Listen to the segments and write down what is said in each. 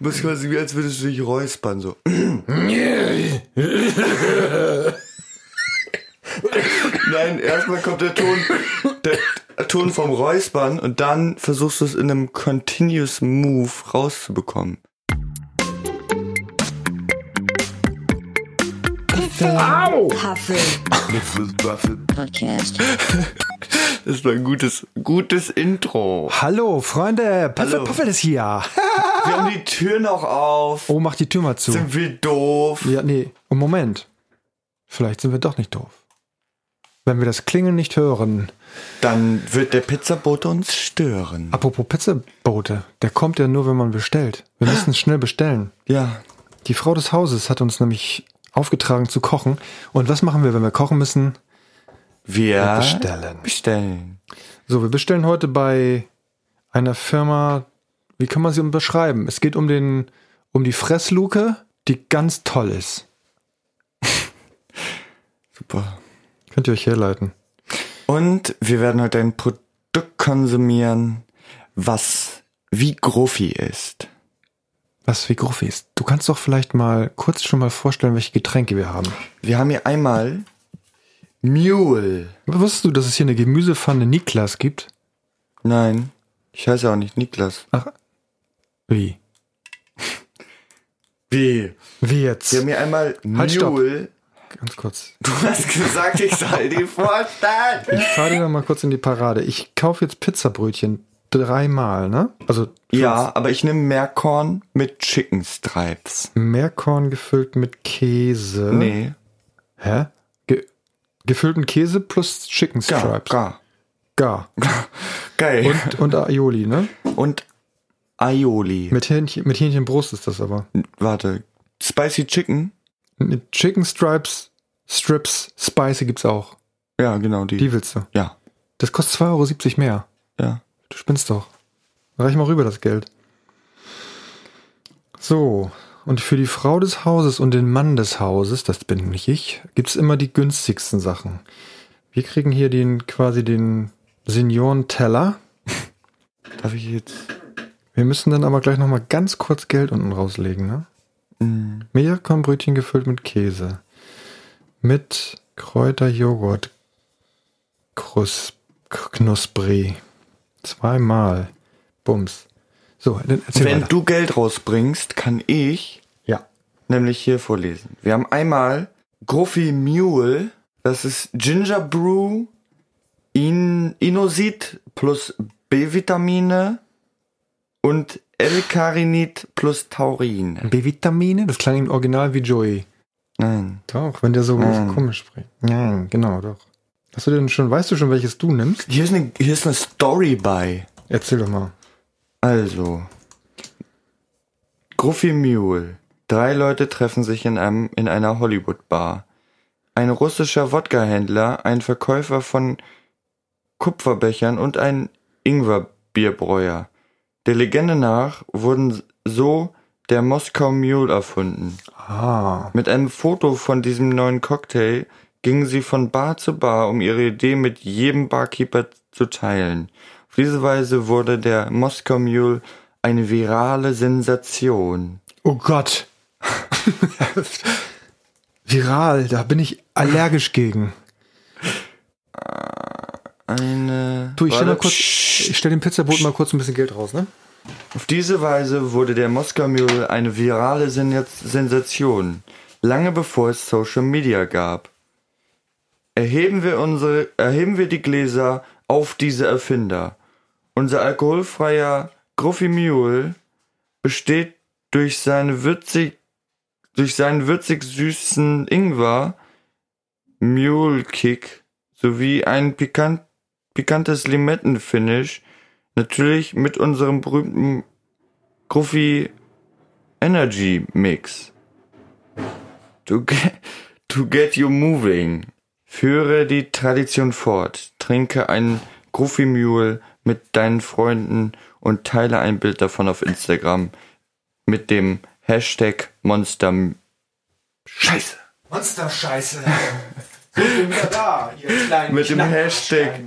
Muss quasi wie als würdest du dich räuspern, so. Nein, erstmal kommt der Ton, der Ton vom Räuspern und dann versuchst du es in einem Continuous Move rauszubekommen. Au! Huffel Podcast. Das war ein gutes, gutes Intro. Hallo, Freunde. Paffel, Hallo. Paffel ist hier. Wir haben die Türen auch auf. Oh, mach die Tür mal zu. Sind wir doof? Ja, nee. Und Moment. Vielleicht sind wir doch nicht doof. Wenn wir das Klingeln nicht hören. Dann wird der Pizzabote uns stören. Apropos Pizzabote. Der kommt ja nur, wenn man bestellt. Wir müssen schnell bestellen. Ja. Die Frau des Hauses hat uns nämlich aufgetragen zu kochen. Und was machen wir, wenn wir kochen müssen? Wir Bestellen. bestellen. So, wir bestellen heute bei einer Firma, wie kann man sie beschreiben? Es geht um den, um die Fressluke, die ganz toll ist. Super. Könnt ihr euch herleiten. Und wir werden heute ein Produkt konsumieren, was wie Gruffi ist. Was wie Gruffi ist. Du kannst doch vielleicht mal kurz schon mal vorstellen, welche Getränke wir haben. Wir haben hier einmal Mule. Wusstest du, dass es hier eine Gemüsepfanne Niklas gibt? Nein, ich heiße auch nicht Niklas. Ach, wie? Wie? Wie jetzt? Wir haben hier einmal Halt, stopp. Mule. Ganz kurz. Du hast gesagt, ich soll die vorstellen. Ich fahre dir noch mal kurz in die Parade. Ich kaufe jetzt Pizzabrötchen. Dreimal, ne? Also Ja, aber ich nehme Meerkorn mit Chicken Stripes. Meerkorn gefüllt mit Käse. Nee, Hä? Ge gefüllten Käse plus Chicken gar, Stripes. gar. Gar. Geil. Und, und Aioli, ne? Und Aioli. Mit Hähnchen, mit Hähnchenbrust ist das aber. Warte, Spicy Chicken? Mit Chicken Stripes, Strips, Spicy gibt's auch. Ja, genau, die. Die willst du. Ja, Das kostet 2,70 Euro mehr. ja. Du spinnst doch. Reich mal rüber das Geld. So. Und für die Frau des Hauses und den Mann des Hauses, das bin nicht ich, gibt's immer die günstigsten Sachen. Wir kriegen hier den, quasi den Seniorenteller. Darf ich jetzt? Wir müssen dann aber gleich nochmal ganz kurz Geld unten rauslegen, ne? Mm. Meerkornbrötchen gefüllt mit Käse. Mit Kräuterjoghurt. Krus K- knusprig. Zweimal. Bums. So, dann erzähl Wenn weiter. du Geld rausbringst, kann ich Ja. nämlich hier vorlesen. Wir haben einmal Gruffy Mule, das ist Ginger Brew, In Inosit plus B-Vitamine und L-Carinit plus Taurin. B-Vitamine, das klang im Original wie Joey. Mhm. Nein. Doch, wenn der so Mm. komisch spricht. Nein, genau, doch. Hast du denn schon, weißt du schon, welches du nimmst? Hier ist eine, hier ist eine Story bei. Erzähl doch mal. Also, Gruffy Mule. Drei Leute treffen sich in, einem, in einer Hollywood-Bar. Ein russischer Wodka-Händler, ein Verkäufer von Kupferbechern und ein Ingwer-Bierbräuer. Der Legende nach wurden so der Moskau Mule erfunden. Ah. Mit einem Foto von diesem neuen Cocktail gingen sie von Bar zu Bar, um ihre Idee mit jedem Barkeeper zu teilen. Auf diese Weise wurde der Moskau Mule eine virale Sensation. Oh Gott. Viral, da bin ich allergisch gegen. Eine. Du, ich stell, mal Warte. kurz, Psst. ich stell dem Pizzabot mal kurz ein bisschen Geld raus, ne? Auf diese Weise wurde der Moskau Mule eine virale Sen Sensation, lange bevor es Social Media gab. Erheben wir, unsere, erheben wir die Gläser auf diese Erfinder. Unser alkoholfreier Gruffy Mule besteht durch, seine würzig, durch seinen würzig süßen Ingwer, Mule Kick sowie ein pikant, pikantes Limettenfinish, natürlich mit unserem berühmten Gruffy Energy Mix. To get, to get you moving. Führe die Tradition fort. Trinke einen Gruffy Mule mit deinen Freunden und teile ein Bild davon auf Instagram mit dem Hashtag Monster. Scheiße! Monsterscheiße. Ich bin wieder da, ihr kleinen Mit dem Hashtag,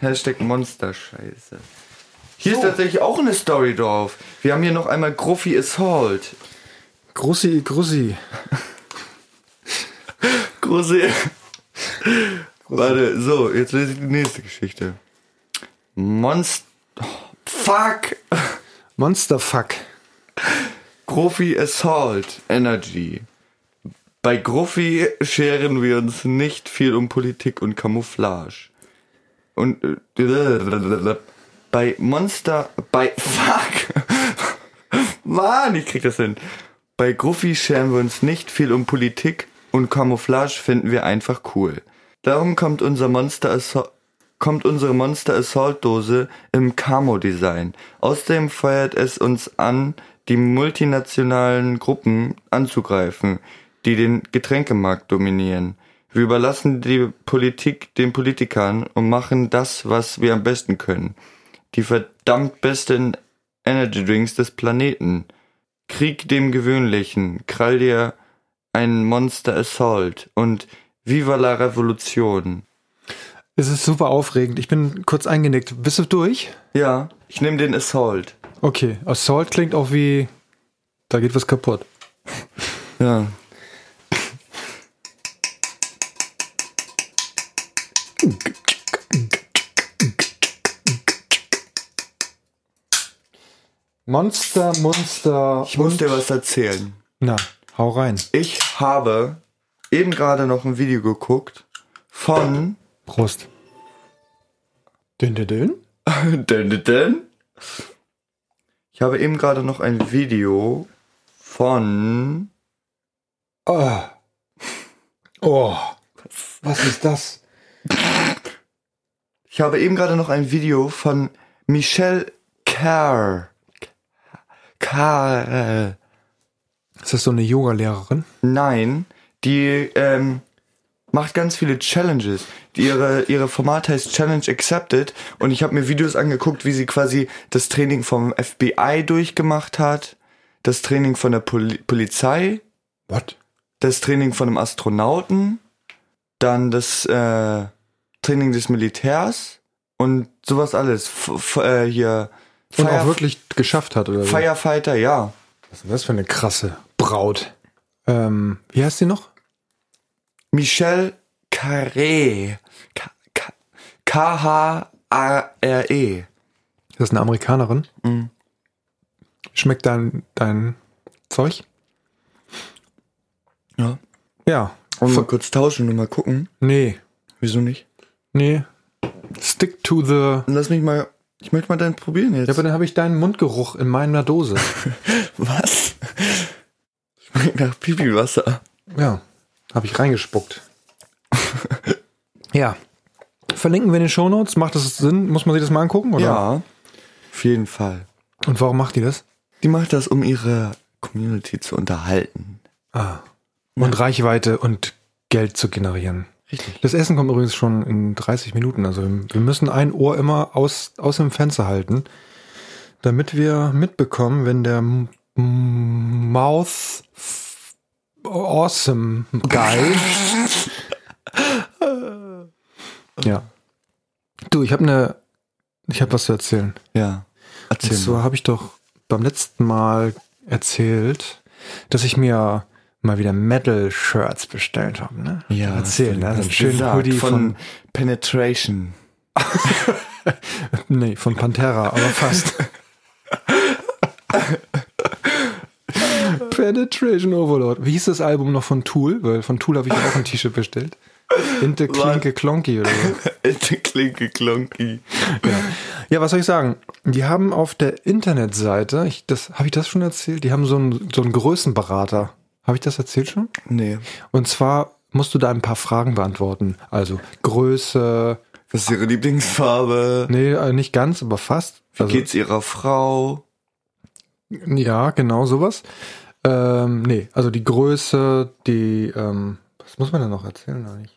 Hashtag Monsterscheiße. Hier ist tatsächlich auch eine Story drauf. Wir haben hier noch einmal Gruffy Assault. Grussi, Grussi. Große. Warte, so, jetzt lese ich die nächste Geschichte. Monst. Oh, fuck! Monsterfuck. Grofi Assault Energy. Bei Grofi scheren wir uns nicht viel um Politik und Camouflage. Und äh, bei Monster, bei Fuck, Mann, ich krieg das hin. Bei Gruffy scheren wir uns nicht viel um Politik und Camouflage finden wir einfach cool. Darum kommt unser Monster Assau- kommt unsere Monster Assault Dose im Camo Design. Außerdem feuert es uns an, die multinationalen Gruppen anzugreifen, die den Getränkemarkt dominieren. Wir überlassen die Politik den Politikern und machen das, was wir am besten können. Die verdammt besten Energy Drinks des Planeten. Krieg dem Gewöhnlichen, Krall dir ein Monster Assault und Viva la Revolution. Es ist super aufregend. Ich bin kurz eingenickt. Bist du durch? Ja, ich nehme den Assault. Okay. Assault klingt auch wie. Da geht was kaputt. Ja. Monster, Monster. Ich muss und- dir was erzählen. Na, hau rein. Ich habe eben gerade noch ein Video geguckt von Prost. Dünn, dünn, dünn. Dun, dun, dun. Ich habe eben gerade noch ein Video von Oh. oh. Was ist das? Ich habe eben gerade noch ein Video von Michelle Kerr. Kerr. Ist das so eine Yoga-Lehrerin? Nein, die ähm, macht ganz viele Challenges. Die ihre, ihre Format heißt Challenge Accepted und ich habe mir Videos angeguckt, wie sie quasi das Training vom FBI durchgemacht hat, das Training von der Poli Polizei, What? das Training von einem Astronauten, dann das äh, Training des Militärs und sowas alles. F f äh, hier Und Firef- auch wirklich geschafft hat, oder? wie? Firefighter, ja. Was ist denn das für eine krasse Braut? Ähm, wie heißt sie noch? Michelle Carré. K- K- K-H-A-R-E. Ist das eine Amerikanerin? E. Mhm. Schmeckt dein, dein Zeug? Ja. Ja. Wollen wir Ver- kurz tauschen und mal gucken? nee. Wieso nicht? Nee. Stick to the. Lass mich mal. Ich möchte mal deinen probieren jetzt. Ja, aber dann habe ich deinen Mundgeruch in meiner Dose. Was? Schmeckt nach Pipi-Wasser. ja. Habe ich reingespuckt. ja. Verlinken wir in den Shownotes. Macht das Sinn? Muss man sich das mal angucken? Oder? Ja. Auf jeden Fall. Und warum macht die das? Die macht das, um ihre Community zu unterhalten. Ah. Und Reichweite und Geld zu generieren. Richtig. Das Essen kommt übrigens schon in 30 Minuten. Also wir müssen ein Ohr immer aus, aus dem Fenster halten, damit wir mitbekommen, wenn der M- M- Mouth F- Awesome Guy. ja. Du, ich habe eine, ich habe was zu erzählen. Ja. Und Erzähl mal. zwar habe ich doch beim letzten Mal erzählt, dass ich mir mal wieder Metal-Shirts bestellt habe. Ne? erzählen. hast du Ne? So einen schönen gesagt, Hoodie von von, Penetration. nee, von Pantera, aber fast. Penetration Overlord. Wie hieß das Album noch von Tool? Weil von Tool habe ich auch ein T-Shirt bestellt. Inte Klinke Klonki oder so. Klinke klonki. Ja. ja, was soll ich sagen? Die haben auf der Internetseite, ich, das, habe ich das schon erzählt? Die haben so einen, so einen Größenberater. Habe ich das erzählt schon? Nee. Und zwar musst du da ein paar Fragen beantworten. Also Größe, Was ist ihre Lieblingsfarbe? nee, äh, nicht ganz, aber fast. Also, Geht's ihrer Frau? Ja, genau, sowas. Ähm, nee, also die Größe, die, ähm, was muss man denn noch erzählen eigentlich?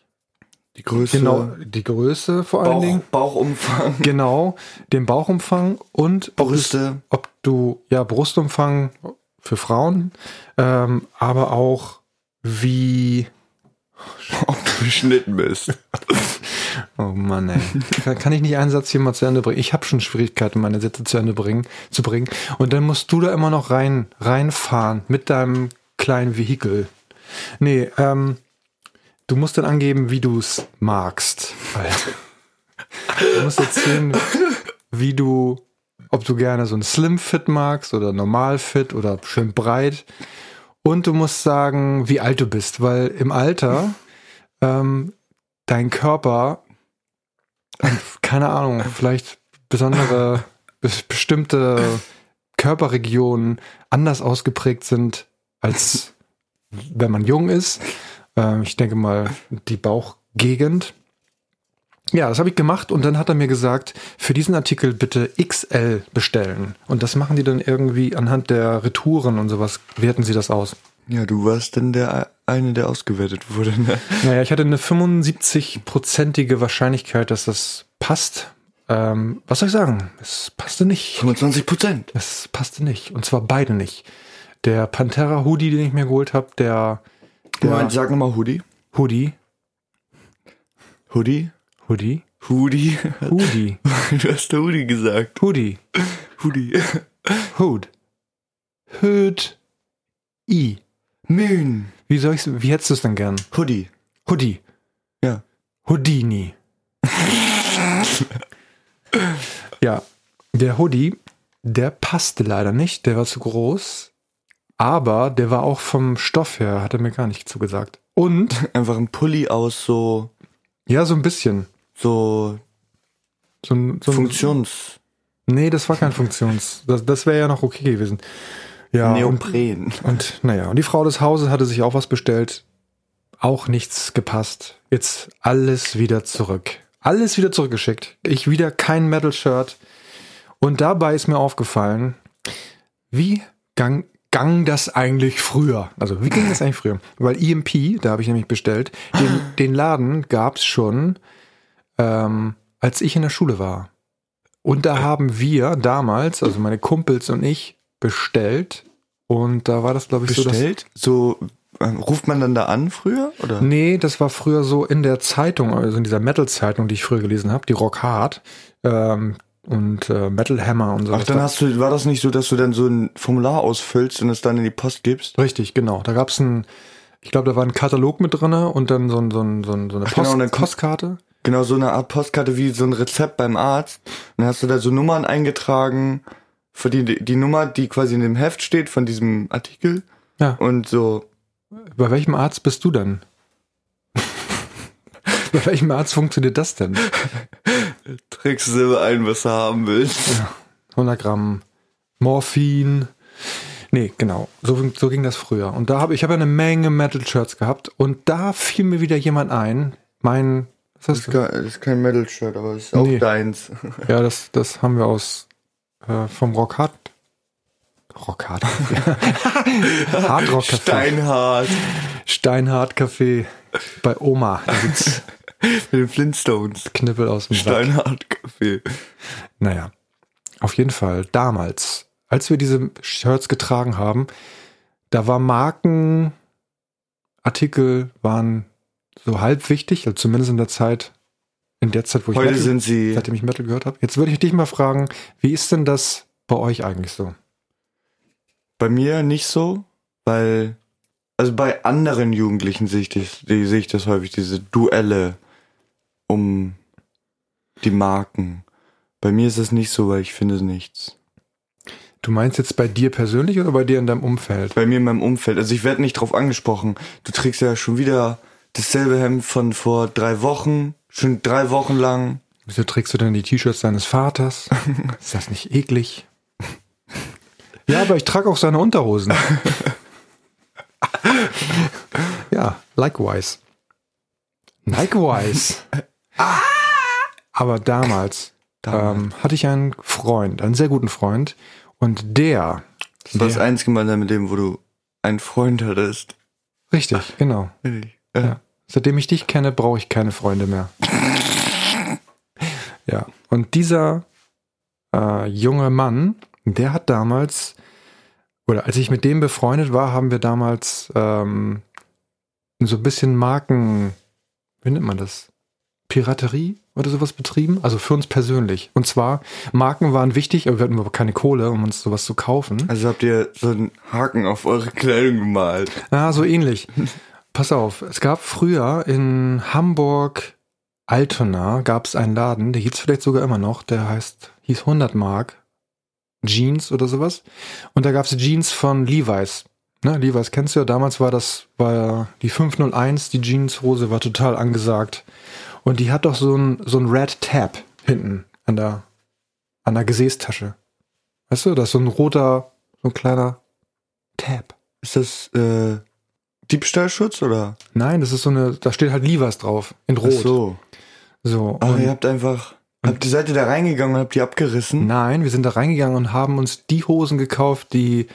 Die Größe? Genau, die Größe vor allen Bauch, Dingen. Bauchumfang? Genau, den Bauchumfang und ob es- Brüste? ob du, ja, Brustumfang für Frauen, ähm, aber auch wie, Ob du beschnitten bist? Oh Mann, ey. Kann, kann ich nicht einen Satz hier mal zu Ende bringen? Ich habe schon Schwierigkeiten, meine Sätze zu Ende bringen, zu bringen. Und dann musst du da immer noch rein, reinfahren mit deinem kleinen Vehikel. Nee, ähm, du musst dann angeben, wie du es magst. Alter. Du musst erzählen, wie du, ob du gerne so ein Slim Fit magst oder normal fit oder schön breit. Und du musst sagen, wie alt du bist, weil im Alter ähm, dein Körper, keine Ahnung, vielleicht besondere, bes- bestimmte Körperregionen anders ausgeprägt sind, als wenn man jung ist. Ähm, ich denke mal, die Bauchgegend. Ja, das habe ich gemacht und dann hat er mir gesagt, für diesen Artikel bitte XL bestellen. Und das machen die dann irgendwie anhand der Retouren und sowas, werten sie das aus. Ja, du warst denn der e-, eine, der ausgewertet wurde. Ne? Naja, ich hatte eine 75-prozentige Wahrscheinlichkeit, dass das passt. Ähm, was soll ich sagen? Es passte nicht. 25 Prozent. Es passte nicht. Und zwar beide nicht. Der Pantera Hoodie, den ich mir geholt habe, der, Ja. der sag nochmal Hoodie. Hoodie, Hoodie? Hoodie, Hoodie? Hoodie, Du hast Hoodie gesagt. Hoodie, Hoodie. Hood, Hood, I. Moon. Wie soll ich's, wie hättest du es denn gern? Hoodie. Hoodie. Ja. Houdini. ja, der Hoodie, der passte leider nicht, der war zu groß, aber der war auch vom Stoff her, hat er mir gar nicht zugesagt. Und, Einfach ein Pulli aus so, ja, so ein bisschen. so So ein, so ein, Funktions... Nee, das war kein Funktions. Das, das wäre ja noch okay gewesen. Ja, und, Neopren. und naja, und die Frau des Hauses hatte sich auch was bestellt. Auch nichts gepasst. Jetzt alles wieder zurück. Alles wieder zurückgeschickt. Ich wieder kein Metal-Shirt. Und dabei ist mir aufgefallen, wie gang, gang das eigentlich früher? Also, wie ging das eigentlich früher? Weil EMP, da habe ich nämlich bestellt, den, den Laden gab es schon, ähm, als ich in der Schule war. Und da haben wir damals, also meine Kumpels und ich, bestellt. Und da war das, glaube ich, so, dass Bestellt? So, ähm, ruft man dann da an früher? Oder? Nee, das war früher so in der Zeitung, also in dieser Metal-Zeitung, die ich früher gelesen habe, die Rock Hard ähm, und äh, Metal Hammer und so. Ach, Das dann war- hast du, war das nicht so, dass du dann so ein Formular ausfüllst und es dann in die Post gibst? Richtig, genau. Da gab's ein, ich glaube, da war ein Katalog mit drinne und dann so, ein, so, ein, so, ein, so eine, genau, Post, und dann kommt- Postkarte. Genau, so eine Art Postkarte wie so ein Rezept beim Arzt. Und dann hast du da so Nummern eingetragen, für die, die Nummer, die quasi in dem Heft steht, von diesem Artikel. Ja. Und so, Bei welchem Arzt bist du denn? Bei welchem Arzt funktioniert das denn? trägst du selber ein, was du haben willst. 100 Gramm Morphin. Nee, genau. So, so ging das früher. Und da habe ich habe eine Menge Metal-Shirts gehabt und da fiel mir wieder jemand ein. Mein, was Das ist ist, kein, das ist kein Metal-Shirt, aber das ist auch Nee. deins. Ja, das, das haben wir aus äh, vom Rockhard. Rockhard. Hardrock Café. Steinhart. Steinhard Café bei Oma. Da gibt's Mit den Flintstones. Knippel aus dem Sack. Steinhart Kaffee. Naja, auf jeden Fall damals, als wir diese Shirts getragen haben, da war Markenartikel waren so halb wichtig, also zumindest in der Zeit, in der Zeit, wo ich Heute Metal- sind sie. seitdem ich Metal gehört habe. Jetzt würde ich dich mal fragen, wie ist denn das bei euch eigentlich so? Bei mir nicht so, weil also bei anderen Jugendlichen sehe ich das, die, sehe ich das häufig, diese Duelle um die Marken. Bei mir ist das nicht so, weil ich finde nichts. Du meinst jetzt bei dir persönlich oder bei dir in deinem Umfeld? Bei mir in meinem Umfeld, also ich werde nicht drauf angesprochen. Du trägst ja schon wieder dasselbe Hemd von vor drei Wochen, schon drei Wochen lang. Wieso trägst du denn die T-Shirts deines Vaters? Ist das nicht eklig? Ja, aber ich trage auch seine Unterhosen. ja, likewise. Likewise. Ah! Aber damals, Ähm, hatte ich einen Freund, einen sehr guten Freund. Und der, Das war das der einzige Mal mit dem, wo du einen Freund hattest. richtig, genau. Ja. Ja. Seitdem ich dich kenne, brauche ich keine Freunde mehr. Ja. Und dieser äh, junge Mann, der hat damals, oder als ich mit dem befreundet war, haben wir damals ähm, so ein bisschen Marken, wie nennt man das? Piraterie oder sowas betrieben. Also für uns persönlich. Und zwar, Marken waren wichtig, aber wir hatten überhaupt keine Kohle, um uns sowas zu kaufen. Also habt ihr so einen Haken auf eure Kleidung gemalt. Ah, so ähnlich. Pass auf, es gab früher in Hamburg Altona gab es einen Laden, der hieß vielleicht sogar immer noch, der heißt, hieß 100 Mark Jeans oder sowas. Und da gab es Jeans von Levi's. Ne, Levi's kennst du ja, damals war das, war die 501, die Jeanshose war total angesagt. Und die hat doch so ein, so ein Red Tab hinten an der, an der Gesäßtasche. Weißt du, das ist so ein roter, so ein kleiner Tab. Ist das äh, Diebstahlschutz oder? Nein, das ist so eine, da steht halt Levi's drauf, in Ach Rot. so. Ah, So, Aber und- ihr habt einfach. Habt, seid ihr da reingegangen und habt die abgerissen? Nein, wir sind da reingegangen und haben uns die Hosen gekauft, die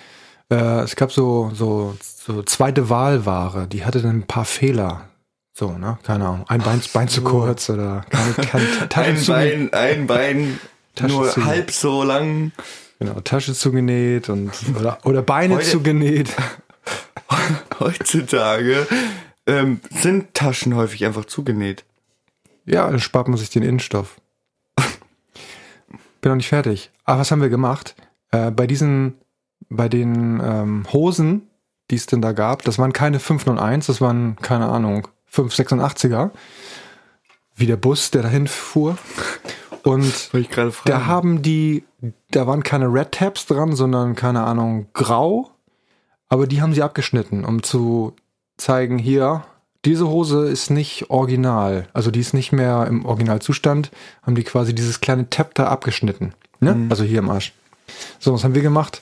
äh, es gab so, so, so zweite Wahlware, die hatte dann ein paar Fehler. So, ne? Keine Ahnung. Ein Bein, Bein zu kurz oder keine, keine Tasche, ein zu, Bein, ein Bein, Tasche nur zu. halb so lang. Genau, Tasche zugenäht und oder, oder Beine Heute- zugenäht. Heutzutage ähm, sind Taschen häufig einfach zugenäht. Ja, dann spart man sich den Innenstoff. Bin noch nicht fertig. Aber was haben wir gemacht? Äh, bei diesen, bei den ähm, Hosen, die es denn da gab, das waren keine 501, das waren, keine Ahnung, 586er. Wie der Bus, der dahin fuhr. Und Wollte ich gerade fragen. da haben die, da waren keine Red Tabs dran, sondern, keine Ahnung, grau. Aber die haben sie abgeschnitten, um zu zeigen, hier, diese Hose ist nicht original. Also die ist nicht mehr im Originalzustand. Haben die quasi dieses kleine Tab da abgeschnitten. Ne? Also hier im Arsch. So, was haben wir gemacht?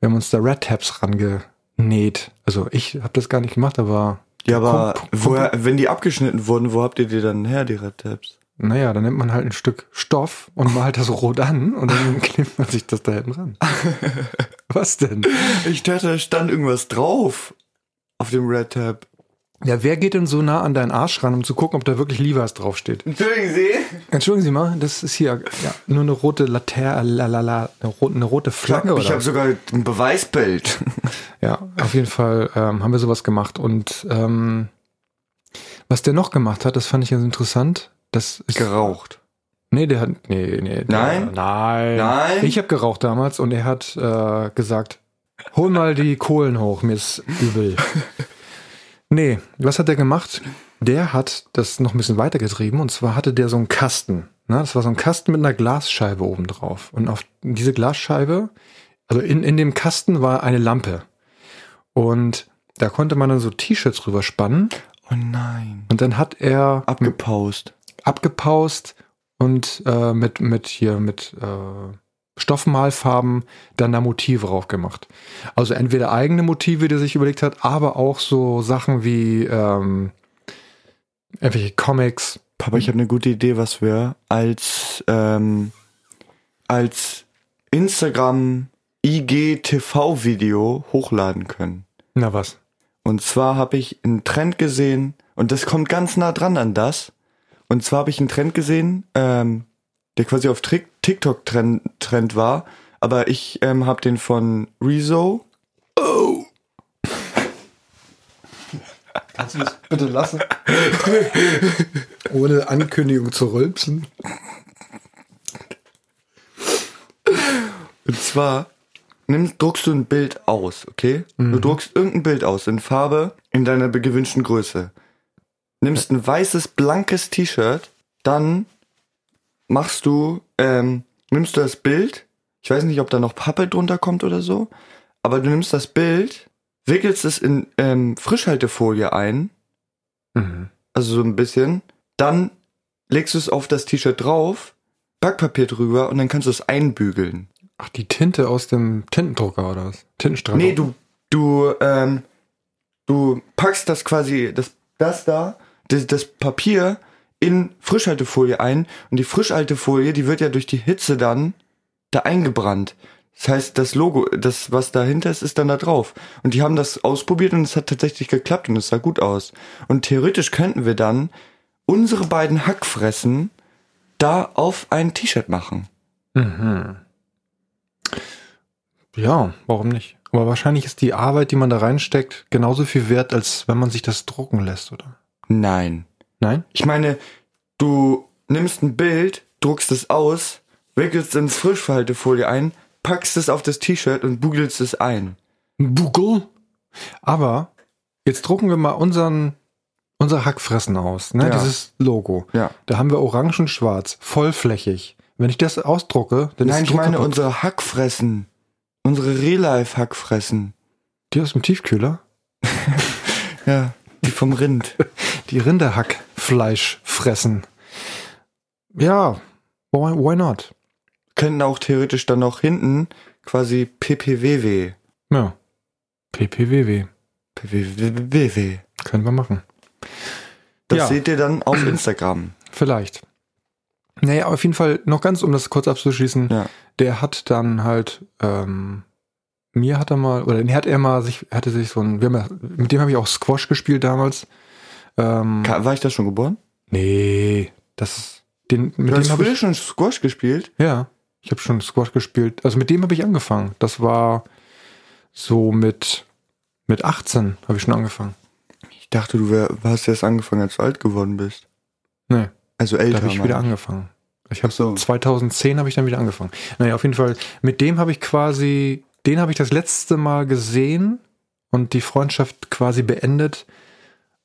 Wir haben uns da Red Tabs rangenäht. Also ich habe das gar nicht gemacht, aber... ja, aber Kump- Kump- woher, wenn die abgeschnitten wurden, wo habt ihr die dann her, die Red Tabs? Naja, dann nimmt man halt ein Stück Stoff und malt das rot an und dann klebt man sich das da hinten ran. Was denn? Ich dachte, da stand irgendwas drauf auf dem Red Tab. Ja, wer geht denn so nah an deinen Arsch ran, um zu gucken, ob da wirklich Levi's draufsteht? Entschuldigen Sie. Entschuldigen Sie mal, das ist hier ja, nur eine rote äh, Laterne, lalala, eine, rote, eine rote Flagge Ich oder habe was? sogar ein Beweisbild. Ja, auf jeden Fall ähm, haben wir sowas gemacht. Und ähm, was der noch gemacht hat, das fand ich ganz interessant. Das ist, Geraucht. Nee, der hat. Nee, nee. Der, Nein? Nein. Nein? Ich habe geraucht damals und er hat äh, gesagt, hol mal die Kohlen hoch, mir ist übel. Nee, was hat der gemacht? Der hat das noch ein bisschen weitergetrieben und zwar hatte der so einen Kasten. Ne? Das war so ein Kasten mit einer Glasscheibe oben drauf. Und auf diese Glasscheibe, also in, in dem Kasten war eine Lampe. Und da konnte man dann so T-Shirts drüber spannen. Oh nein. Und dann hat er Abgepaust. abgepaust und äh, mit, mit hier mit äh, Stoffmalfarben dann da Motive drauf gemacht. Also entweder eigene Motive, die er sich überlegt hat, aber auch so Sachen wie ähm, irgendwelche Comics. Papa, ich habe eine gute Idee, was wir als ähm, als Instagram IGTV Video hochladen können. Na was? Und zwar habe ich einen Trend gesehen und das kommt ganz nah dran an das. Und zwar habe ich einen Trend gesehen, ähm, der quasi auf Tri- TikTok Trend, Trend war, aber ich ähm, habe den von Rezo. Kannst du das bitte lassen? Ohne Ankündigung zu rülpsen. Und zwar nimmst, druckst du ein Bild aus, okay? Du druckst irgendein Bild aus in Farbe in deiner be- gewünschten Größe. Nimmst ein weißes, blankes T-Shirt, dann machst du, ähm, nimmst du das Bild, ich weiß nicht, ob da noch Pappe drunter kommt oder so, aber du nimmst das Bild, wickelst es in ähm, Frischhaltefolie ein, Mhm. also so ein bisschen, dann legst du es auf das T-Shirt drauf, Backpapier drüber und dann kannst du es einbügeln. Ach, die Tinte aus dem Tintendrucker oder was? Tintenstrahl. Nee, du, du, ähm, du packst das quasi, das, das da, das, das Papier in Frischhaltefolie ein und die Frischhaltefolie, die wird ja durch die Hitze dann da eingebrannt. Das heißt, das Logo, das, was dahinter ist, ist dann da drauf. Und die haben das ausprobiert und es hat tatsächlich geklappt und es sah gut aus. Und theoretisch könnten wir dann unsere beiden Hackfressen da auf ein T-Shirt machen. Mhm. Ja, warum nicht? Aber wahrscheinlich ist die Arbeit, die man da reinsteckt, genauso viel wert, als wenn man sich das drucken lässt, oder? Nein. Nein? Ich meine, Du nimmst ein Bild, druckst es aus, wickelst in Frischverhaltefolie ein, packst es auf das T-Shirt und bügelst es ein. Bugel. Aber jetzt drucken wir mal unseren, unser Hackfressen aus, ne? Ja. dieses Logo. Ja. Da haben wir orange und schwarz, vollflächig. Wenn ich das ausdrucke, dann Nein, ist ich meine kaputt. unsere Hackfressen. Unsere Real-Life-Hackfressen. die aus dem Tiefkühler, Ja, die vom Rind. die Rinderhackfleisch fressen. Ja, why, why not? Könnten auch theoretisch dann noch hinten quasi PPWW. Ja. PPWW. PPWW. Können wir machen. Das Ja. seht ihr dann auf Instagram. Vielleicht. Naja, auf jeden Fall, noch ganz, um das kurz abzuschließen, Ja. der hat dann halt, ähm, mir hat er mal, oder nee, hat er mal sich, hatte sich so ein, wir haben, ja- mit dem habe ich auch Squash gespielt damals. Ähm, Ka- War ich da schon geboren? nee, das ist, den, mit Du hast dem habe früher ich, schon Squash gespielt? ja, ich habe schon Squash gespielt. Also mit dem habe ich angefangen. Das war so mit, mit 18 habe ich schon angefangen. Ich dachte, du wär, hast erst angefangen, als du alt geworden bist. Nee. Also Da älter. habe ich meine wieder angefangen. Ich habe Ach so. 2010 habe ich dann wieder angefangen. Naja, auf jeden Fall, mit dem habe ich quasi, den habe ich das letzte Mal gesehen und die Freundschaft quasi beendet,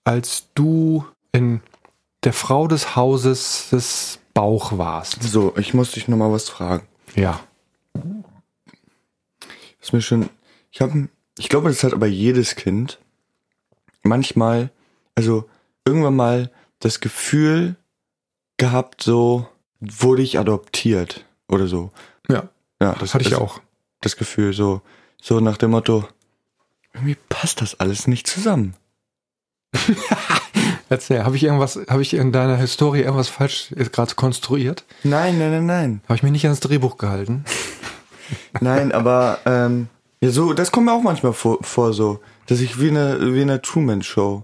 als du in der Frau des Hauses des Bauch warst. So, ich muss dich nochmal was fragen. Ja. Ist mir schon. Ich habe, ich glaube, das hat aber jedes Kind manchmal, also irgendwann mal das Gefühl gehabt, so wurde ich adoptiert oder so. Ja. Ja, Das hatte ich das, auch. Das Gefühl so, so nach dem Motto, irgendwie passt das alles nicht zusammen. Erzähl, habe ich irgendwas, habe ich in deiner Historie irgendwas falsch jetzt gerade konstruiert? Nein, nein, nein, nein, Habe ich mich nicht ans Drehbuch gehalten? nein. aber ähm, ja, so, das kommt mir auch manchmal vor, vor so, dass ich wie eine wie eine Truman Show.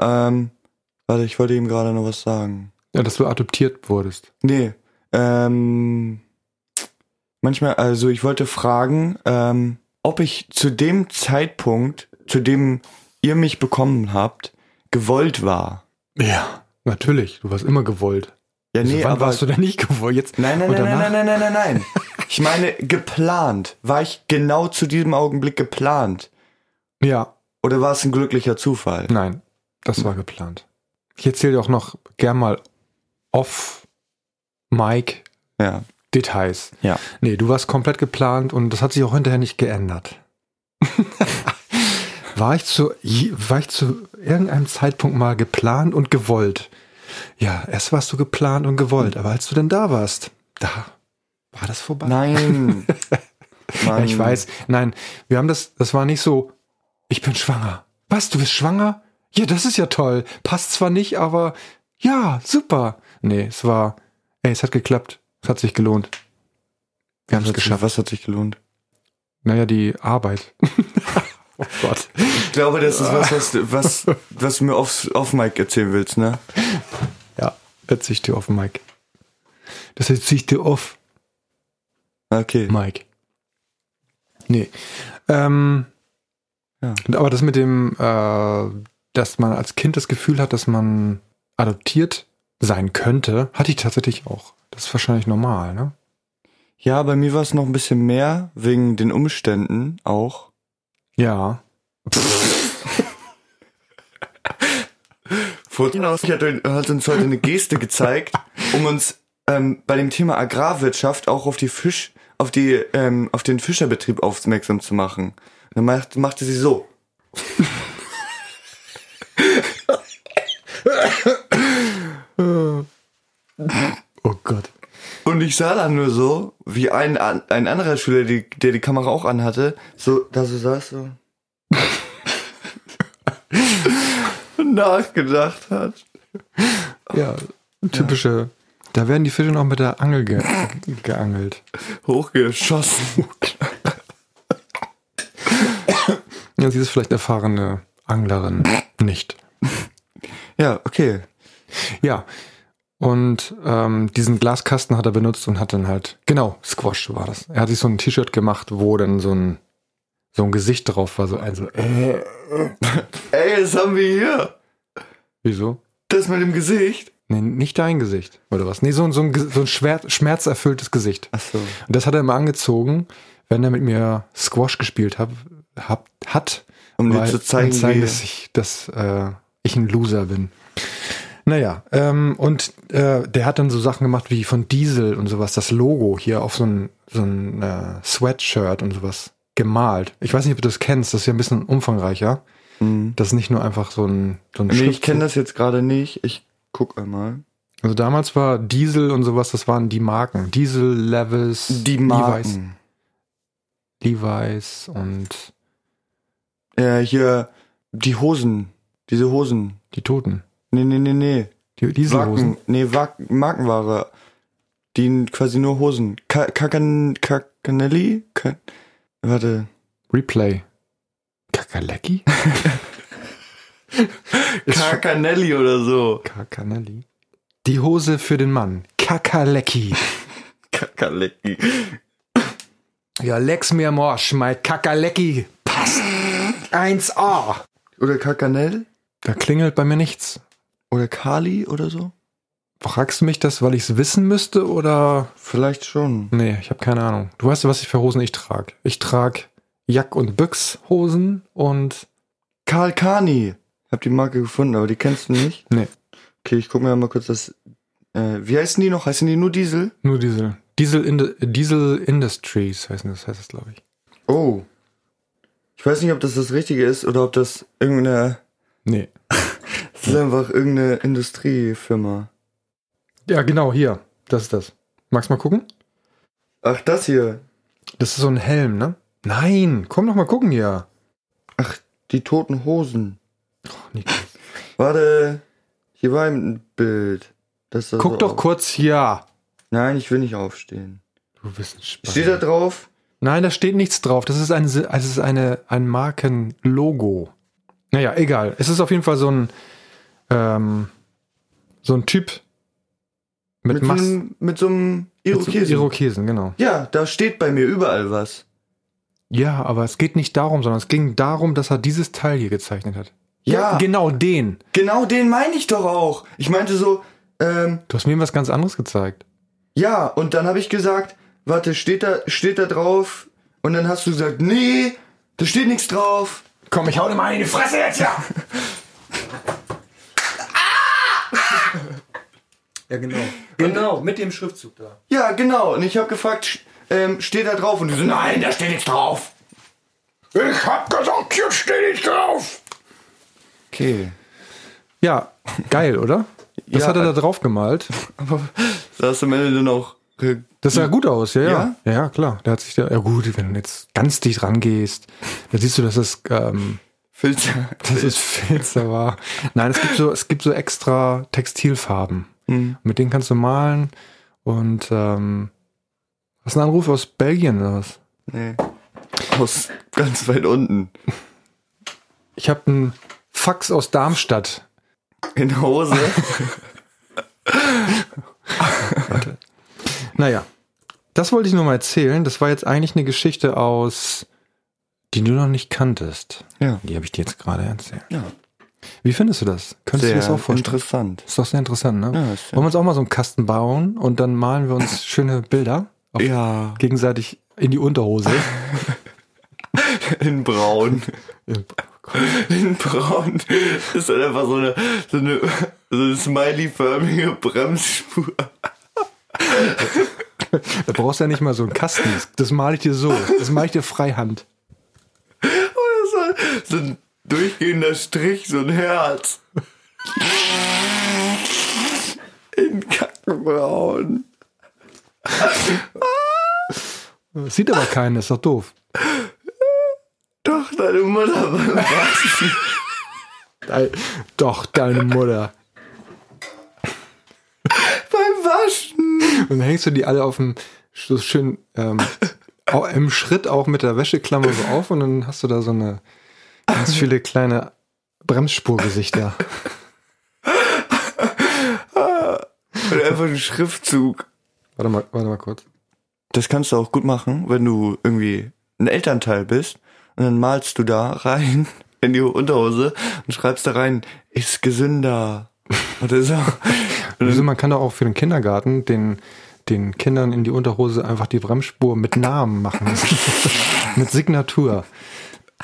Ähm, warte, ich wollte ihm gerade noch was sagen. Ja, dass du adoptiert wurdest. Nee. Ähm, manchmal, also ich wollte fragen, ähm, ob ich zu dem Zeitpunkt, zu dem ihr mich bekommen habt, gewollt war. Ja. Natürlich, du warst immer gewollt. Ja, Also nee, wann aber. warst du denn nicht gewollt? Jetzt nein, nein, und nein, danach? nein, nein, nein, nein, nein, nein. Ich meine, geplant. War ich genau zu diesem Augenblick geplant? Ja, Oder war es ein glücklicher Zufall? nein, das war geplant. Ich erzähle dir auch noch gern mal off Mike Ja. Details. Ja. Nee, du warst komplett geplant und das hat sich auch hinterher nicht geändert. war ich zu je- war ich zu irgendeinem Zeitpunkt mal geplant und gewollt? Ja, erst warst du geplant und gewollt, aber als du denn da warst, da war das vorbei. Nein. Ja, Ah, Ähm, ich weiß. Nein, wir haben das, das war nicht so, ich bin schwanger. Was, du bist schwanger? Ja, das ist ja toll. Passt zwar nicht, aber ja, super. Nee, es war, ey, es hat geklappt. Es hat sich gelohnt. Wir haben es geschafft. Was hat sich gelohnt? Naja, die Arbeit. oh Gott. Ich glaube, das ist was, was, du- was, was du mir auf, auf Mike erzählen willst, ne? Ja, erzähl ich dir auf, Mike. Das erzähl ich dir auf. Okay. Mike. Nee. Ähm, Ja. Aber das mit dem, äh, dass man als Kind das Gefühl hat, dass man adoptiert sein könnte, hatte ich tatsächlich auch. Das ist wahrscheinlich normal, ne? Ja, bei mir war es noch ein bisschen mehr, wegen den Umständen auch. Ja. Vorhin Genau. hat hat uns heute eine Geste gezeigt, um uns ähm, bei dem Thema Agrarwirtschaft auch auf die Fisch, auf die, ähm, auf den Fischerbetrieb aufmerksam zu machen. Und dann macht, machte sie so. Oh Gott. Und ich sah dann nur so, wie ein, an- ein anderer Schüler, die, der die Kamera auch anhatte, so, da so saß so. und nachgedacht hat. Ja, typische. Da werden die Fische noch mit der Angel ge geangelt. Hochgeschossen. Ja, sie ist vielleicht erfahrene Anglerin. Nicht. Ja, okay. Ja. Und ähm, diesen Glaskasten hat er benutzt und hat dann halt, genau, Squash war das. Er hat sich so ein T-Shirt gemacht, wo dann so ein, so ein Gesicht drauf war, so ein, so, äh, Ey, das haben wir hier. wieso? Das mit dem Gesicht. Nee, nicht dein Gesicht oder was? Nee, so, ein- so ein, Ge- so ein schwer, schmerzerfülltes Gesicht. Ach so. Und das hat er immer angezogen, wenn er mit mir Squash gespielt hab, hab, hat. Um dir weil- zu zeigen, um zu zeigen wie- dass, ich, dass äh, ich ein Loser bin. Naja, ähm, und äh, der hat dann so Sachen gemacht wie von Diesel und sowas, das Logo hier auf so ein, so ein äh, Sweatshirt und sowas gemalt. Ich weiß nicht, ob du das kennst, das ist ja ein bisschen umfangreicher. Mhm. Das ist nicht nur einfach so ein, so ein Nee, ich kenne Schriftzug. das jetzt gerade nicht. Ich guck einmal. Also damals war Diesel und sowas, das waren die Marken. Diesel, Levis, Die Levi's, Marken. Levi's und Äh, hier, die Hosen. Diese Hosen. die Toten. Nee, nee, nee, nee. Die Dieselhosen. Wacken. Nee, Wack, Markenware. Die quasi nur Hosen. Ka- Kakan, Kakanelli? Ka Warte. Replay. Kakaleki? Ist schon- Kakanelli oder so. Kakanelli. Die Hose für den Mann. Kakaleki. Kakaleki. Ja, lex mir am Arsch, mein Kakaleki. Passt. 1A. Oder Kakanell? Da klingelt bei mir nichts. Oder Kali oder so? Fragst du mich das, weil ich es wissen müsste oder? Vielleicht schon. Nee, ich habe keine Ahnung. Du weißt ja, was ich für Hosen ich trage. Ich trage Jack- und Büchshosen und Karl Kani. Hab die Marke gefunden, aber die kennst du nicht? Nee. Okay, ich guck mir mal kurz das. Äh, wie heißen die noch? Heißen die nur Diesel? nur Diesel. Diesel, Ind Diesel Industries heißt das, heißt das glaube ich. Oh. Ich weiß nicht, ob das das Richtige ist oder ob das irgendeine. Nee. Das ist einfach irgendeine Industriefirma. Ja, genau, hier. Das ist das. Magst du mal gucken? Ach, das hier. Das ist so ein Helm, ne? Nein, komm doch mal gucken hier. Die toten Hosen. Niklas. Warte. Hier war ein Bild. Das sah Guck so doch aus. kurz hier. Nein, ich will nicht aufstehen. Du bist ein Spanier. Steht da drauf? Nein, da steht nichts drauf. Das ist ein, also es ist eine, ein Markenlogo. Naja, egal. Es ist auf jeden Fall so ein, ähm, so ein Typ mit, so Mas einem, mit so einem mit so- Irokesen. Irokesen, genau. ja, da steht bei mir überall was. Ja, aber es geht nicht darum, sondern es ging darum, dass er dieses Teil hier gezeichnet hat. Ja, Genau den. genau den meine ich doch auch. Ich meinte so, ähm, Du hast mir eben was ganz anderes gezeigt. ja, und dann habe ich gesagt, warte, steht da, steht da drauf? Und dann hast du gesagt, nee, da steht nichts drauf. Komm, ich hau dir mal in die Fresse jetzt, ja! Ja, genau. Ah! Genau, mit dem Schriftzug da. Ja, genau. Und ich habe gefragt, sch- ähm, steht da drauf? Und du so, nein, da steht nichts drauf. Ich hab gesagt, hier steht ich drauf! Okay. Ja, geil, oder? Das Ja. hat er also da drauf gemalt. Aber sah es am Ende dann auch re- Das Mhm. sah gut aus, ja, ja. Ja? Ja, ja klar. Der hat sich da, ja gut, wenn du jetzt ganz dicht rangehst, dann siehst du, dass es, ähm, Filter. dass es Filzer war. Nein, es gibt so, es gibt so extra Textilfarben. Mit denen kannst du malen und, ähm, hast du einen Anruf aus Belgien oder was? Nee. Aus ganz weit unten. Ich habe einen Fax aus Darmstadt. In der Hose. Naja, das wollte ich nur mal erzählen. Das war jetzt eigentlich eine Geschichte aus, die du noch nicht kanntest. Ja. Die habe ich dir jetzt gerade erzählt. Ja. Wie findest du das? Könntest Sehr du dir das auch vorstellen? interessant. Ist doch sehr interessant, ne? Ja, ist sehr- Wollen wir uns auch mal so einen Kasten bauen und dann malen wir uns schöne Bilder auf, Ja. gegenseitig in die Unterhose. In braun. oh In braun ist dann einfach so eine, so eine, so eine smiley-förmige Bremsspur. da brauchst du ja nicht mal so einen Kasten. Das, das male ich dir so. Das male ich dir freihand. Oder so, so ein durchgehender Strich, so ein Herz. In Kackenbraun. Das sieht aber keiner, ist doch doof. Doch, deine Mutter beim Waschen. Dei- Doch, deine Mutter. beim Waschen. Und dann hängst du die alle auf dem so schön ähm, au- im Schritt auch mit der Wäscheklammer so auf und dann hast du da so eine ganz viele kleine Bremsspurgesichter. Oder einfach ein Schriftzug. Warte mal, warte mal kurz. Das kannst du auch gut machen, wenn du irgendwie ein Elternteil bist und dann malst du da rein in die Unterhose und schreibst da rein, ist gesünder. Oder so. Wieso, man kann doch auch für den Kindergarten den, den Kindern in die Unterhose einfach die Bremsspur mit Namen machen. mit Signatur.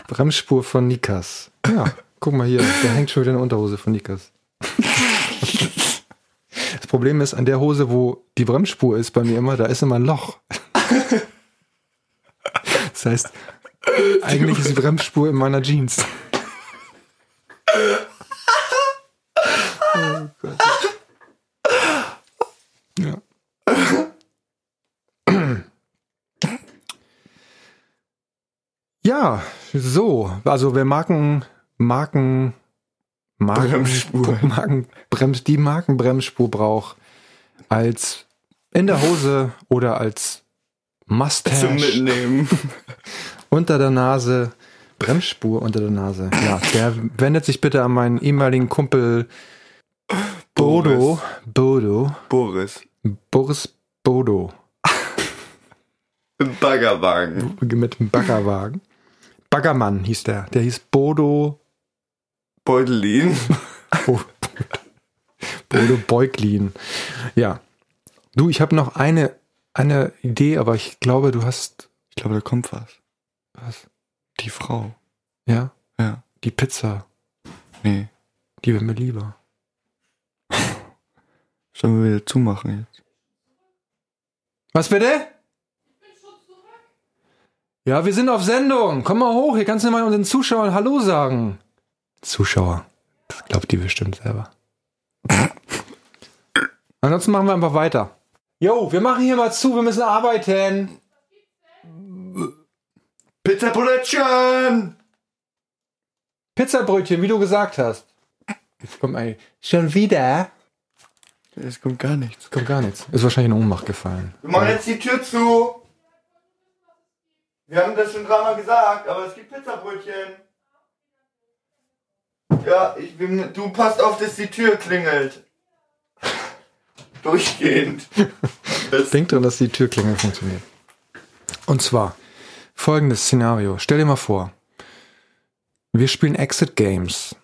Bremsspur von Nikas. Ja, guck mal hier, da hängt schon wieder eine Unterhose von Nikas. Das Problem ist, an der Hose, wo die Bremsspur ist bei mir immer, da ist immer ein Loch. Das heißt, eigentlich ist die Bremsspur in meiner Jeans. Ja. Ja, so. Also wir Marken, Marken, Marken, Bremsspur. Marken, Brems, die Markenbremsspur braucht als in der Hose oder als Zum Mustache Mitnehmen. unter der Nase, Bremsspur unter der Nase. Ja, der wendet sich bitte an meinen ehemaligen Kumpel Bodo, Bodo, Boris. Boris Bodo Im Baggerwagen. mit dem Baggerwagen. Baggermann hieß der. Der hieß Bodo, Beutelin. Bo, Bodo Beuglin. Ja. Du, ich habe noch eine, eine Idee, aber ich glaube, du hast, Ich glaube, da kommt was. was? Die Frau. Ja? Ja. Die Pizza, Nee. die wäre mir lieber. Sollen wir wieder zumachen jetzt? Was bitte? Ja, wir sind auf Sendung. Komm mal hoch. Hier kannst du mal unseren Zuschauern Hallo sagen. Zuschauer. Das glaubt die bestimmt selber. Ansonsten machen wir einfach weiter. Jo, wir machen hier mal zu. Wir müssen arbeiten. Pizza Production! Pizzabrötchen, wie du gesagt hast. Jetzt kommt ein. Schon wieder? Es kommt gar nichts. Kommt gar nichts. Ist wahrscheinlich in Ohnmacht gefallen. Wir machen jetzt die Tür zu. Wir haben das schon dreimal gesagt, aber es gibt Pizzabrötchen. Ja, ich bin, du passt auf, dass die Tür klingelt. Durchgehend. Das Denk dran, dass die Türklingel funktioniert. Und zwar folgendes Szenario. Stell dir mal vor, wir spielen Exit Games.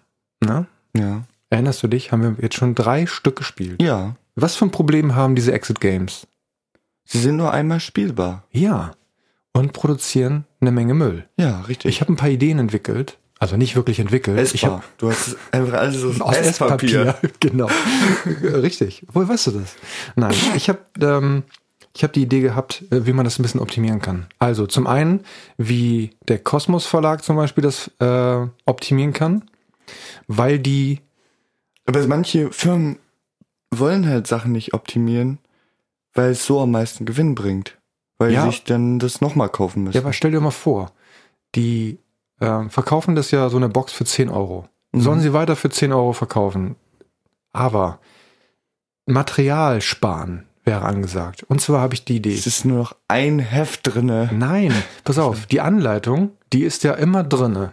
Ne? ja. Erinnerst du dich? Haben wir jetzt schon drei Stück gespielt. Ja, Was für ein Problem haben diese Exit Games? sie sind nur einmal spielbar. Ja. Und produzieren eine Menge Müll. Ja, richtig. Ich habe ein paar Ideen entwickelt. Also nicht wirklich entwickelt. Ich habe Essbar. Du hast einfach alles aus, Aus Esspapier. genau. Richtig. Woher weißt du das? Nein, ich habe ähm, ich hab die Idee gehabt, äh, wie man das ein bisschen optimieren kann. Also zum einen, wie der Kosmos Verlag zum Beispiel das äh, optimieren kann, weil die, Aber manche Firmen wollen halt Sachen nicht optimieren, weil es so am meisten Gewinn bringt. Weil Ja. sie sich dann das nochmal kaufen müssen. ja, aber stell dir mal vor, die ähm, verkaufen das ja so eine Box für 10 Euro. Mhm. Sollen sie weiter für 10 Euro verkaufen? Aber Material sparen wäre angesagt. Und zwar habe ich die Idee. es ist nur noch ein Heft drinne. Nein, pass auf, die Anleitung, die ist ja immer drinne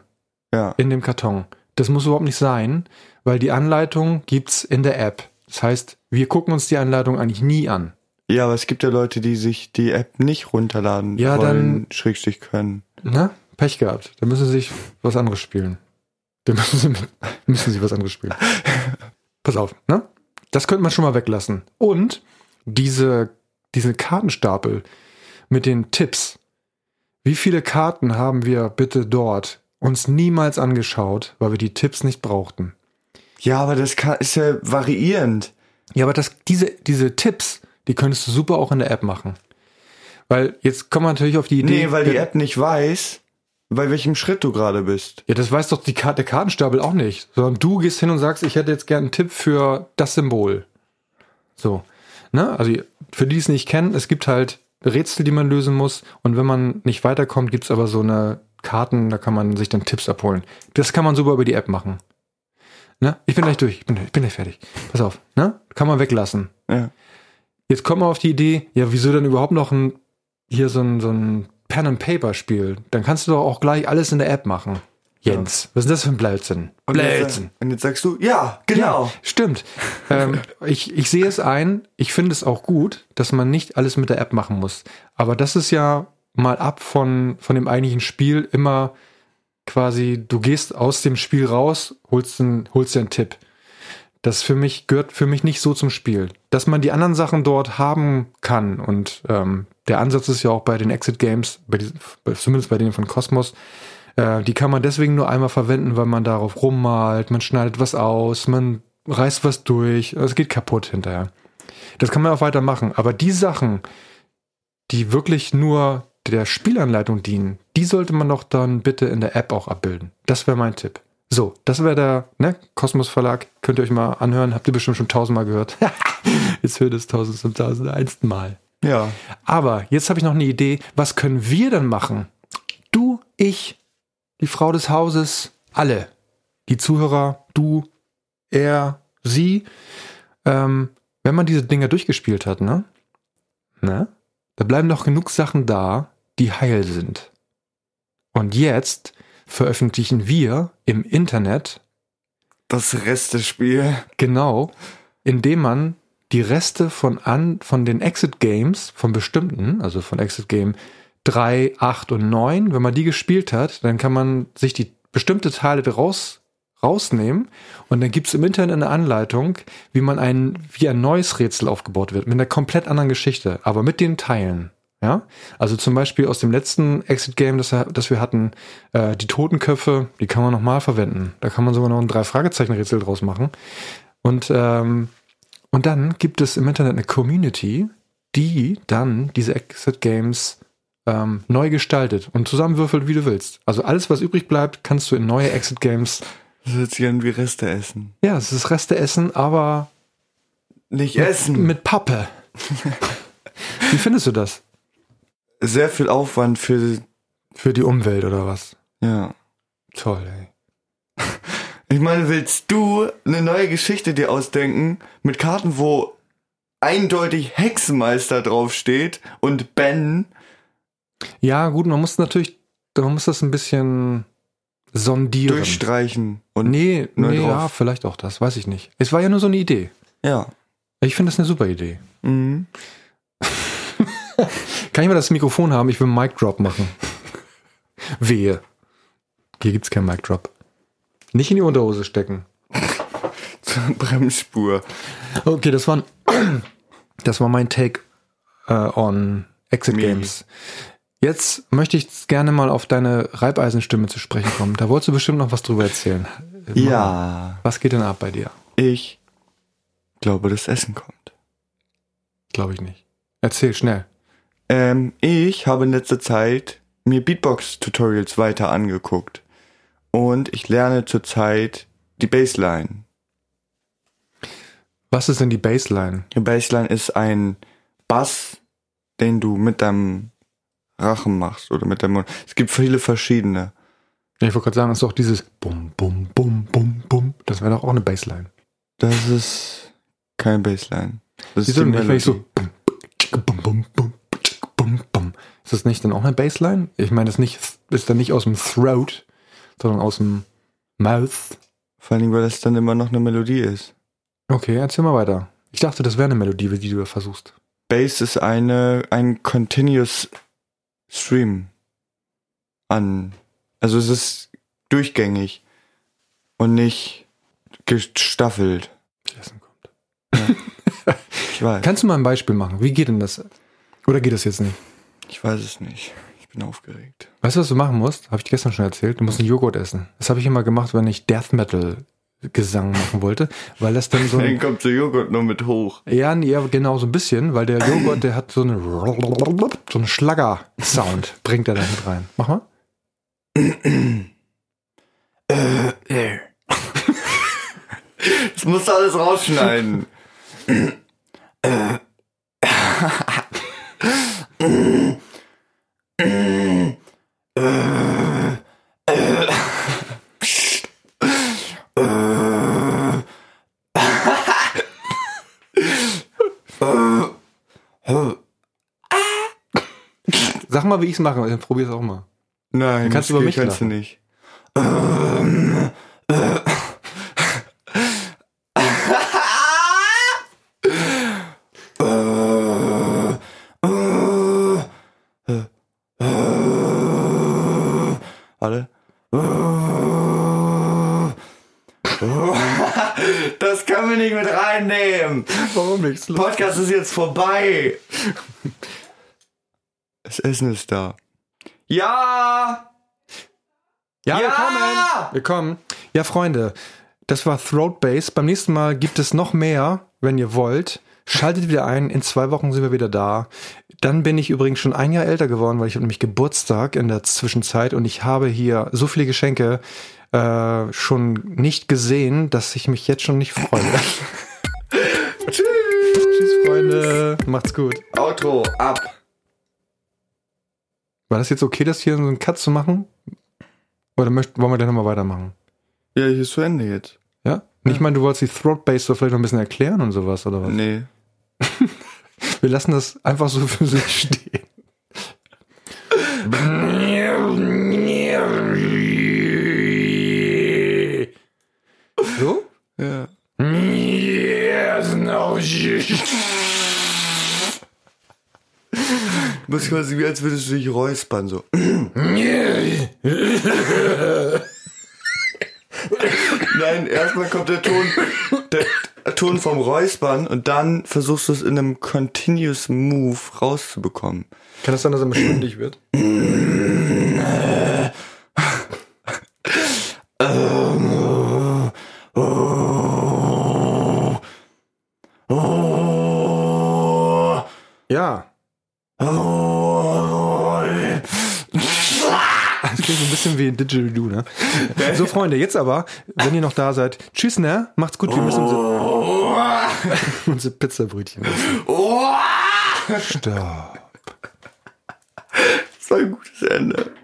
Ja. in dem Karton. Das muss überhaupt nicht sein, weil die Anleitung gibt's in der App. Das heißt, wir gucken uns die Anleitung eigentlich nie an. ja, aber es gibt ja Leute, die sich die App nicht runterladen Ja, wollen, schrägstrich können. Na, Pech gehabt. Da müssen sie sich was anderes spielen. Da müssen sie, müssen sie was anderes spielen. Pass auf, ne? Das könnte man schon mal weglassen. Und diese, diese Kartenstapel mit den Tipps. Wie viele Karten haben wir bitte dort uns niemals angeschaut, weil wir die Tipps nicht brauchten? Ja, aber das kann, ist ja variierend. Ja, aber das, diese, diese Tipps, die könntest du super auch in der App machen. Weil jetzt kommt man natürlich auf die Idee. Nee, weil die App nicht weiß, bei welchem Schritt du gerade bist. Ja, das weiß doch die Karte, der Kartenstapel auch nicht. Sondern du gehst hin und sagst, ich hätte jetzt gern einen Tipp für das Symbol. So. Ne? Also für die es nicht kennen, es gibt halt Rätsel, die man lösen muss. Und wenn man nicht weiterkommt, gibt's aber so eine Karten, da kann man sich dann Tipps abholen. Das kann man super über die App machen. Ne? Ich bin gleich durch, ich bin, ich bin gleich fertig. Pass auf, ne? Kann man weglassen. Ja. Jetzt kommt man auf die Idee, ja, wieso denn überhaupt noch ein, hier so ein, so ein Pen-and-Paper-Spiel? Dann kannst du doch auch gleich alles in der App machen. Jens, was ist das für ein Blödsinn? jetzt, äh, und jetzt sagst du, ja, genau. Ja, stimmt. ähm, ich, ich sehe es ein, ich finde es auch gut, dass man nicht alles mit der App machen muss. Aber das ist ja mal ab von, von dem eigentlichen Spiel immer quasi, du gehst aus dem Spiel raus, holst, einen, holst dir einen Tipp. Das für mich gehört für mich nicht so zum Spiel. Dass man die anderen Sachen dort haben kann und ähm, der Ansatz ist ja auch bei den Exit Games, bei diesen, zumindest bei denen von Cosmos, äh, die kann man deswegen nur einmal verwenden, weil man darauf rummalt, man schneidet was aus, man reißt was durch, es geht kaputt hinterher. Das kann man auch weitermachen. Aber die Sachen, die wirklich nur der Spielanleitung dienen, die sollte man doch dann bitte in der App auch abbilden. Das wäre mein Tipp. So, das wäre der ne, Kosmos Verlag. Könnt ihr euch mal anhören. Habt ihr bestimmt schon tausendmal gehört. jetzt hört es tausend zum tausendeinsten Mal. Ja. Aber jetzt habe ich noch eine Idee. Was können wir denn machen? Du, ich, die Frau des Hauses, alle. Die Zuhörer, du, er, sie. Ähm, wenn man diese Dinger durchgespielt hat, ne? Ne? Da bleiben noch genug Sachen da, die heil sind. Und jetzt veröffentlichen wir im Internet Das Restespiel. genau, indem man die Reste von an von den Exit Games, von bestimmten, also von Exit Game 3, 8 und 9, wenn man die gespielt hat, dann kann man sich die bestimmte Teile raus rausnehmen und dann gibt's im Internet eine Anleitung, wie man ein wie ein neues Rätsel aufgebaut wird mit einer komplett anderen Geschichte, aber mit den Teilen. Ja, also zum Beispiel aus dem letzten Exit Game, das, das wir hatten, äh, die Totenköpfe, die kann man nochmal verwenden. Da kann man sogar noch ein drei Fragezeichen Rätsel draus machen. Und ähm, und dann gibt es im Internet eine Community, die dann diese Exit Games ähm, neu gestaltet und zusammenwürfelt, wie du willst. Also alles, was übrig bleibt, kannst du in neue Exit Games. Das hört sich an wie Reste essen. Ja, es ist Reste essen, aber Nicht essen. mit Pappe. wie findest du das? Sehr viel Aufwand für. Für die Umwelt oder was? Ja. Toll, ey. Ich meine, willst du eine neue Geschichte dir ausdenken mit Karten, wo eindeutig Hexenmeister draufsteht und Ben? Ja, gut, man muss natürlich, man muss das ein bisschen sondieren. durchstreichen und nee, neu nee drauf. ja, vielleicht auch das, weiß ich nicht. Es war ja nur so eine Idee. ja. Ich finde das eine super Idee. Mhm. Kann ich mal das Mikrofon haben? Ich will einen Mic Drop machen. Wehe. Hier gibt's keinen Mic Drop. Nicht in die Unterhose stecken. Zur Bremsspur. Okay, das war das war mein Take äh, on Exit Me. Games. Jetzt möchte ich gerne mal auf deine Reibeisenstimme zu sprechen kommen. Da wolltest du bestimmt noch was drüber erzählen. Ja, Was geht denn ab bei dir? ich glaube, das Essen kommt. Glaube ich nicht. Erzähl schnell. Ähm, ich habe in letzter Zeit mir Beatbox-Tutorials weiter angeguckt. Und ich lerne zurzeit die Bassline. Was ist denn die Baseline? Die Bassline ist ein Bass, den du mit deinem Rachen machst oder mit deinem Mund. Es gibt viele verschiedene. Ich wollte gerade sagen, es ist doch dieses Bum, Bum, Bum, Bum, Bum. Das wäre doch auch eine Baseline. Das ist kein Bassline. Das Wieso die nicht, wenn ich Melodie. so bum, bum, bum, bum, bum. Ist das nicht dann auch eine Bassline? Ich meine, das ist nicht, ist dann nicht aus dem Throat, sondern aus dem Mouth. Vor allen Dingen, weil das dann immer noch eine Melodie ist. Okay, erzähl mal weiter. Ich dachte, das wäre eine Melodie, die du versuchst. Bass ist eine ein continuous Stream an. Also es ist durchgängig und nicht gestaffelt. Essen kommt. Ich weiß. Kannst du mal ein Beispiel machen? Wie geht denn das? Oder geht das jetzt nicht? Ich weiß es nicht. Ich bin aufgeregt. Weißt du, was du machen musst? Habe ich dir gestern schon erzählt. Du musst einen Joghurt essen. Das habe ich immer gemacht, wenn ich Death Metal Gesang machen wollte, weil das dann so ein Dann kommt der Joghurt nur mit hoch. Ja, nee, ja, genau, so ein bisschen, weil der Joghurt, der hat so eine so einen Schlagger-Sound, bringt er da mit rein. Mach mal. Das musst du alles rausschneiden. Sag mal, wie ich es mache, dann probier's auch mal. Nein, kannst das du über geht- mich kannst du lachen. nicht. Warte. Das können wir nicht mit reinnehmen. Warum nichts? Podcast ist jetzt vorbei. Das Essen ist da. Ja! Ja, wir Ja! kommen. Wir kommen. Ja, Freunde, das war Throat Bass. Beim nächsten Mal gibt es noch mehr, wenn ihr wollt. Schaltet wieder ein. In zwei Wochen sind wir wieder da. Dann bin ich übrigens schon ein Jahr älter geworden, weil ich habe nämlich Geburtstag in der Zwischenzeit und ich habe hier so viele Geschenke äh, schon nicht gesehen, dass ich mich jetzt schon nicht freue. Tschüss, Freunde. Macht's gut. Outro ab. War das jetzt okay, das hier so einen Cut zu machen? Oder möcht, wollen wir gleich nochmal weitermachen? Ja, hier ist zu Ende jetzt. Ja? Ich meine, du wolltest die Throat Bass so vielleicht noch ein bisschen erklären und sowas, oder was? Nee. Wir lassen das einfach so für sich stehen. So? Ja. Du musst quasi, wie als würdest du dich räuspern, so. Nein, erstmal kommt der Ton, der Ton vom Räuspern und dann versuchst du es in einem Continuous Move rauszubekommen. Kann das sein, dass er schwindig wird? Ja. Das klingt so ein bisschen wie ein Didgeridoo, ne? So, Freunde, jetzt aber, wenn ihr noch da seid, tschüss, ne? Macht's gut, wir müssen unsere, unsere Pizzabrötchen essen. Stopp. Das war ein gutes Ende.